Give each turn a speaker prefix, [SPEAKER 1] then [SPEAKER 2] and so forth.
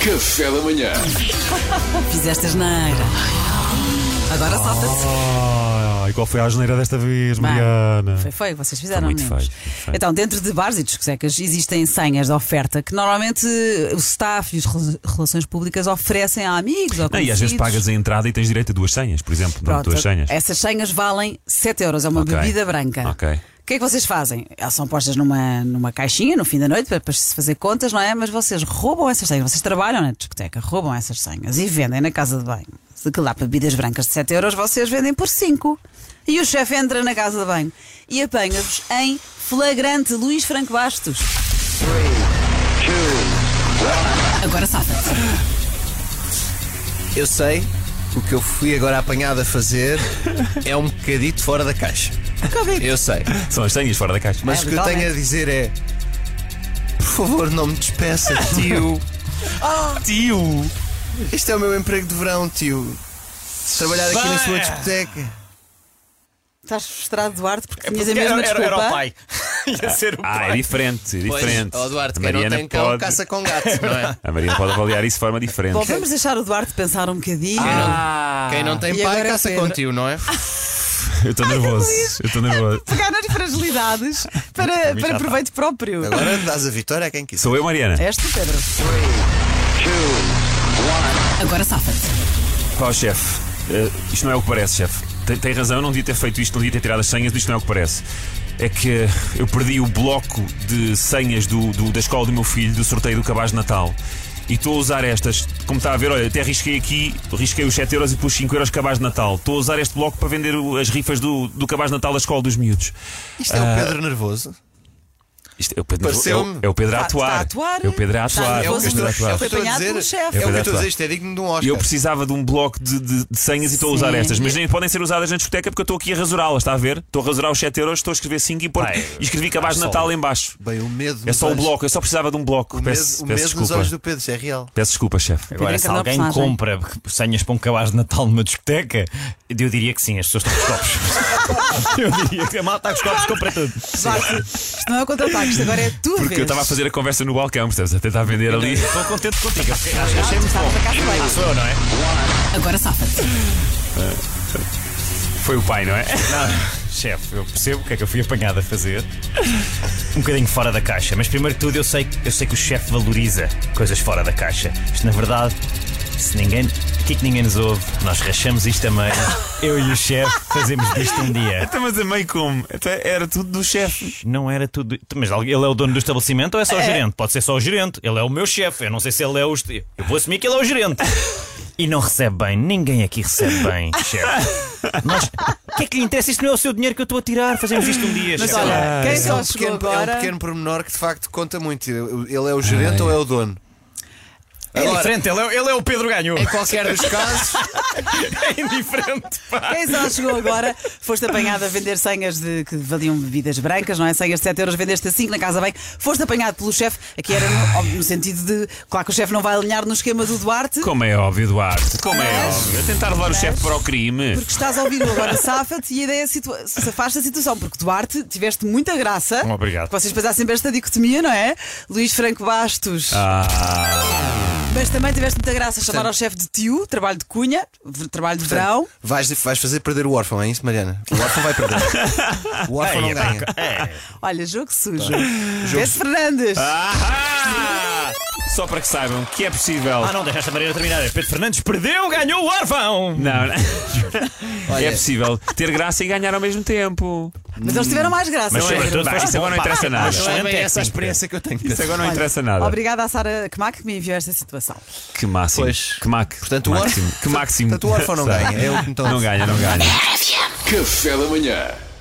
[SPEAKER 1] Café da manhã.
[SPEAKER 2] Fizeste asneira. Agora salta-se.
[SPEAKER 3] Ah, igual foi a janeira desta vez, Mariana.
[SPEAKER 2] Foi feio, vocês fizeram
[SPEAKER 3] muito
[SPEAKER 2] meninos.
[SPEAKER 3] feio, muito feio.
[SPEAKER 2] Então, dentro de bares e discotecas existem senhas de oferta que normalmente o staff e as rela- relações públicas oferecem a amigos ou
[SPEAKER 3] Não, e às vezes
[SPEAKER 2] conhecidos.
[SPEAKER 3] pagas a entrada e tens direito a duas senhas, por exemplo. Dão-te
[SPEAKER 2] Pronto,
[SPEAKER 3] duas senhas.
[SPEAKER 2] Essas senhas valem 7 euros, é uma
[SPEAKER 3] Ok.
[SPEAKER 2] bebida branca.
[SPEAKER 3] Ok.
[SPEAKER 2] O que é que vocês fazem? Elas são postas numa, numa caixinha no fim da noite para, para se fazer contas, não é? Mas vocês roubam essas senhas, vocês trabalham na discoteca, roubam essas senhas e vendem na casa de banho. Se aquilo dá para bebidas brancas de 7 euros, vocês vendem por 5. E o chefe entra na casa de banho e apanha-vos em flagrante Luís Franco Bastos. Agora safa-te.
[SPEAKER 4] Eu sei, o que eu fui agora apanhado a fazer é um bocadito fora da caixa. Eu sei.
[SPEAKER 3] São as senhas fora da caixa.
[SPEAKER 4] Mas
[SPEAKER 2] É,
[SPEAKER 4] o que eu
[SPEAKER 2] totalmente.
[SPEAKER 4] tenho a dizer é. Por favor, não me despeça, tio.
[SPEAKER 2] Ah!
[SPEAKER 3] tio!
[SPEAKER 4] Este é o meu emprego de verão, tio. Trabalhar aqui na sua discoteca.
[SPEAKER 2] Estás frustrado, Duarte, porque tinhas a
[SPEAKER 5] É Porque
[SPEAKER 2] mesma
[SPEAKER 5] era, era,
[SPEAKER 2] desculpa.
[SPEAKER 5] era o pai. Ia ser o
[SPEAKER 3] Ah, é
[SPEAKER 5] pai.
[SPEAKER 3] diferente, é diferente.
[SPEAKER 4] um Pois, ó Duarte,
[SPEAKER 3] a
[SPEAKER 4] quem não
[SPEAKER 3] Mariana
[SPEAKER 4] tem cão,
[SPEAKER 3] pode,
[SPEAKER 4] caça com gato, não é?
[SPEAKER 3] A Mariana pode avaliar isso de forma
[SPEAKER 2] Bom,
[SPEAKER 3] diferente.
[SPEAKER 2] vamos deixar o Duarte pensar um bocadinho.
[SPEAKER 4] Quem não tem
[SPEAKER 2] Ah. E
[SPEAKER 4] pai,
[SPEAKER 2] agora,
[SPEAKER 4] caça
[SPEAKER 2] Pedro?
[SPEAKER 4] com tio, não é?
[SPEAKER 3] Eu estou nervoso. Eu estou nervoso.
[SPEAKER 2] pegar nas fragilidades para, para proveito próprio.
[SPEAKER 4] Agora dás a vitória a quem quiser.
[SPEAKER 3] Sou eu, Mariana.
[SPEAKER 2] És tu, Pedro. Agora safa-te.
[SPEAKER 3] Pá, ó, chefe, eh, isto não é o que parece, chefe. Tem, tem razão, eu não devia ter feito isto, não devia ter tirado as senhas, isto não é o que parece. É que eh, eu perdi o bloco de senhas do, do- da escola do meu filho, do sorteio do cabaz de Natal. E estou a usar estas, como está a ver, olha, até risquei aqui, risquei os 7 euros e pus 5 euros de cabaz de Natal. Estou a usar este bloco para vender o- as rifas do, do cabaz de Natal da escola dos miúdos.
[SPEAKER 4] Isto é o Pedro Nervoso.
[SPEAKER 3] Isto é o Pedro, é
[SPEAKER 4] Pareceu-me.
[SPEAKER 3] o, é o Pedro a
[SPEAKER 2] Está- está
[SPEAKER 3] atuar.
[SPEAKER 2] a atuar.
[SPEAKER 3] É o Pedro a
[SPEAKER 2] Está
[SPEAKER 4] ah,
[SPEAKER 3] atuar.
[SPEAKER 2] nervoso,
[SPEAKER 3] é o Pedro a
[SPEAKER 2] mas-
[SPEAKER 3] atuar.
[SPEAKER 2] é o Pedro- apanhado
[SPEAKER 4] a
[SPEAKER 2] pelo
[SPEAKER 4] dizer.
[SPEAKER 2] chefe.
[SPEAKER 4] É o que eu
[SPEAKER 3] É
[SPEAKER 4] estou a dizer.
[SPEAKER 3] verdade.
[SPEAKER 4] Isto é digno de um
[SPEAKER 3] E eu
[SPEAKER 4] Oscar.
[SPEAKER 3] precisava de um bloco de, de- de senhas e estou a usar
[SPEAKER 2] Sim.
[SPEAKER 3] estas. Mas nem podem ser usadas na discoteca porque eu estou aqui a rasurá-las, está a ver? Estou a rasurar os 7 euros, estou a escrever 5 e pôr. e escrevi
[SPEAKER 5] ah,
[SPEAKER 3] cabaz de Natal em baixo.
[SPEAKER 4] Bem, o medo
[SPEAKER 3] É
[SPEAKER 4] nos
[SPEAKER 3] só o
[SPEAKER 4] olhos-
[SPEAKER 3] bloco, eu só precisava de um bloco.
[SPEAKER 4] O
[SPEAKER 3] peço
[SPEAKER 4] medo, o
[SPEAKER 3] peço
[SPEAKER 4] medo nos
[SPEAKER 3] desculpa.
[SPEAKER 4] olhos do Pedro, isto é real.
[SPEAKER 3] Peço desculpa, chefe.
[SPEAKER 5] Agora, se
[SPEAKER 2] Encarnou
[SPEAKER 5] alguém
[SPEAKER 2] personagem.
[SPEAKER 5] compra senhas para um cabaz de Natal numa discoteca, eu diria que sim, as pessoas estão com os copos. eu diria que a malta está com os copos, compra tudo.
[SPEAKER 2] Duarte, isto não é contra-ataque, isto agora é a tua
[SPEAKER 3] Porque
[SPEAKER 2] vez.
[SPEAKER 3] eu estava a fazer a conversa no balcão, percebes? A tentar vender ali.
[SPEAKER 5] Então, Estou contente contigo.
[SPEAKER 2] Estava para cá também.
[SPEAKER 5] Ah, sou eu, não é?
[SPEAKER 2] Agora safa-te.
[SPEAKER 3] Foi o pai, não é?
[SPEAKER 5] Não, chefe, eu percebo o que é que eu fui apanhado a fazer. Um bocadinho fora da caixa, mas primeiro de tudo eu sei, eu sei que o chefe valoriza coisas fora da caixa. Isto na verdade, se ninguém. Aqui que ninguém nos ouve, nós rachamos isto a meio. Eu e o chefe fazemos disto um dia.
[SPEAKER 3] Até Então, mas amei como? Até era tudo do chefe.
[SPEAKER 5] Não era tudo. Mas ele é o dono do estabelecimento ou é só o gerente? Pode ser só o gerente. Ele é o meu chefe. Eu não sei se ele é o. este- Eu vou assumir que ele é o gerente. E não recebe bem. Ninguém aqui recebe bem, chefe. Mas o que é que lhe interessa? Isto não é o seu dinheiro que eu estou a tirar. Fazemos isto um dia,
[SPEAKER 2] Mas
[SPEAKER 5] chefe.
[SPEAKER 2] olha, quem só
[SPEAKER 4] um
[SPEAKER 2] chegou
[SPEAKER 4] pequeno,
[SPEAKER 2] agora.
[SPEAKER 4] é um pequeno pormenor que de facto conta muito. Ele é o gerente ou é o dono?
[SPEAKER 5] É diferente. Ele é, ele é o Pedro Ganho.
[SPEAKER 4] Em qualquer dos casos,
[SPEAKER 5] É indiferente. pá.
[SPEAKER 2] Quem só chegou agora, foste apanhado a vender senhas de, que valiam bebidas brancas, não é? Senhas de 7 euros, vendeste a 5 na casa bem. Foste apanhado pelo chefe, aqui era no, no sentido de. Claro que o chefe não vai alinhar no esquema do Duarte.
[SPEAKER 3] Como é óbvio, Duarte. Como é
[SPEAKER 2] Mas-
[SPEAKER 3] óbvio. A tentar levar o chefe para o crime.
[SPEAKER 2] Porque estás a ouvir o agora safa-te e a ideia é situa- safar-te da situação, porque Duarte tiveste muita graça.
[SPEAKER 5] Obrigado.
[SPEAKER 2] Vocês passaram sempre esta dicotomia, não é? Luís Franco Bastos.
[SPEAKER 5] Ah.
[SPEAKER 2] Mas também tiveste muita graça a chamar
[SPEAKER 4] Sim.
[SPEAKER 2] ao chefe de tio, trabalho de cunha, v- trabalho de verão.
[SPEAKER 4] vais, vais fazer perder o órfão, é isso, Mariana? O órfão vai perder. O órfão
[SPEAKER 3] é,
[SPEAKER 4] não é ganha.
[SPEAKER 2] Olha, jogo sujo. Pedro Fernandes.
[SPEAKER 3] Ah! Só para que saibam que é possível.
[SPEAKER 5] Ah, não, deixaste a Mariana terminar. Pedro Fernandes perdeu, ganhou o órfão.
[SPEAKER 3] Não, não.
[SPEAKER 4] Olha,
[SPEAKER 3] É possível ter graça e ganhar ao mesmo tempo.
[SPEAKER 2] Mas eles tiveram mais graça.
[SPEAKER 5] Mas
[SPEAKER 2] não é?
[SPEAKER 5] sobretudo
[SPEAKER 3] Vai,
[SPEAKER 5] foste
[SPEAKER 3] isso agora
[SPEAKER 5] bom,
[SPEAKER 3] não
[SPEAKER 5] pá.
[SPEAKER 3] interessa nada.
[SPEAKER 4] não é
[SPEAKER 5] Excelente
[SPEAKER 4] bem essa a
[SPEAKER 5] técnica.
[SPEAKER 4] experiência que eu tenho.
[SPEAKER 3] Isso agora não
[SPEAKER 2] Olha,
[SPEAKER 3] interessa nada.
[SPEAKER 2] Obrigada à Sara Kmack que me enviou esta situação.
[SPEAKER 3] Que máximo.
[SPEAKER 4] Pois.
[SPEAKER 3] Que, mac,
[SPEAKER 4] Portanto,
[SPEAKER 3] que
[SPEAKER 4] o
[SPEAKER 3] máximo. Que máximo.
[SPEAKER 4] Portanto, o órfão não ganha. É o que me estão a
[SPEAKER 3] Não
[SPEAKER 4] dizer.
[SPEAKER 3] ganha, não ganha.
[SPEAKER 1] Café da manhã.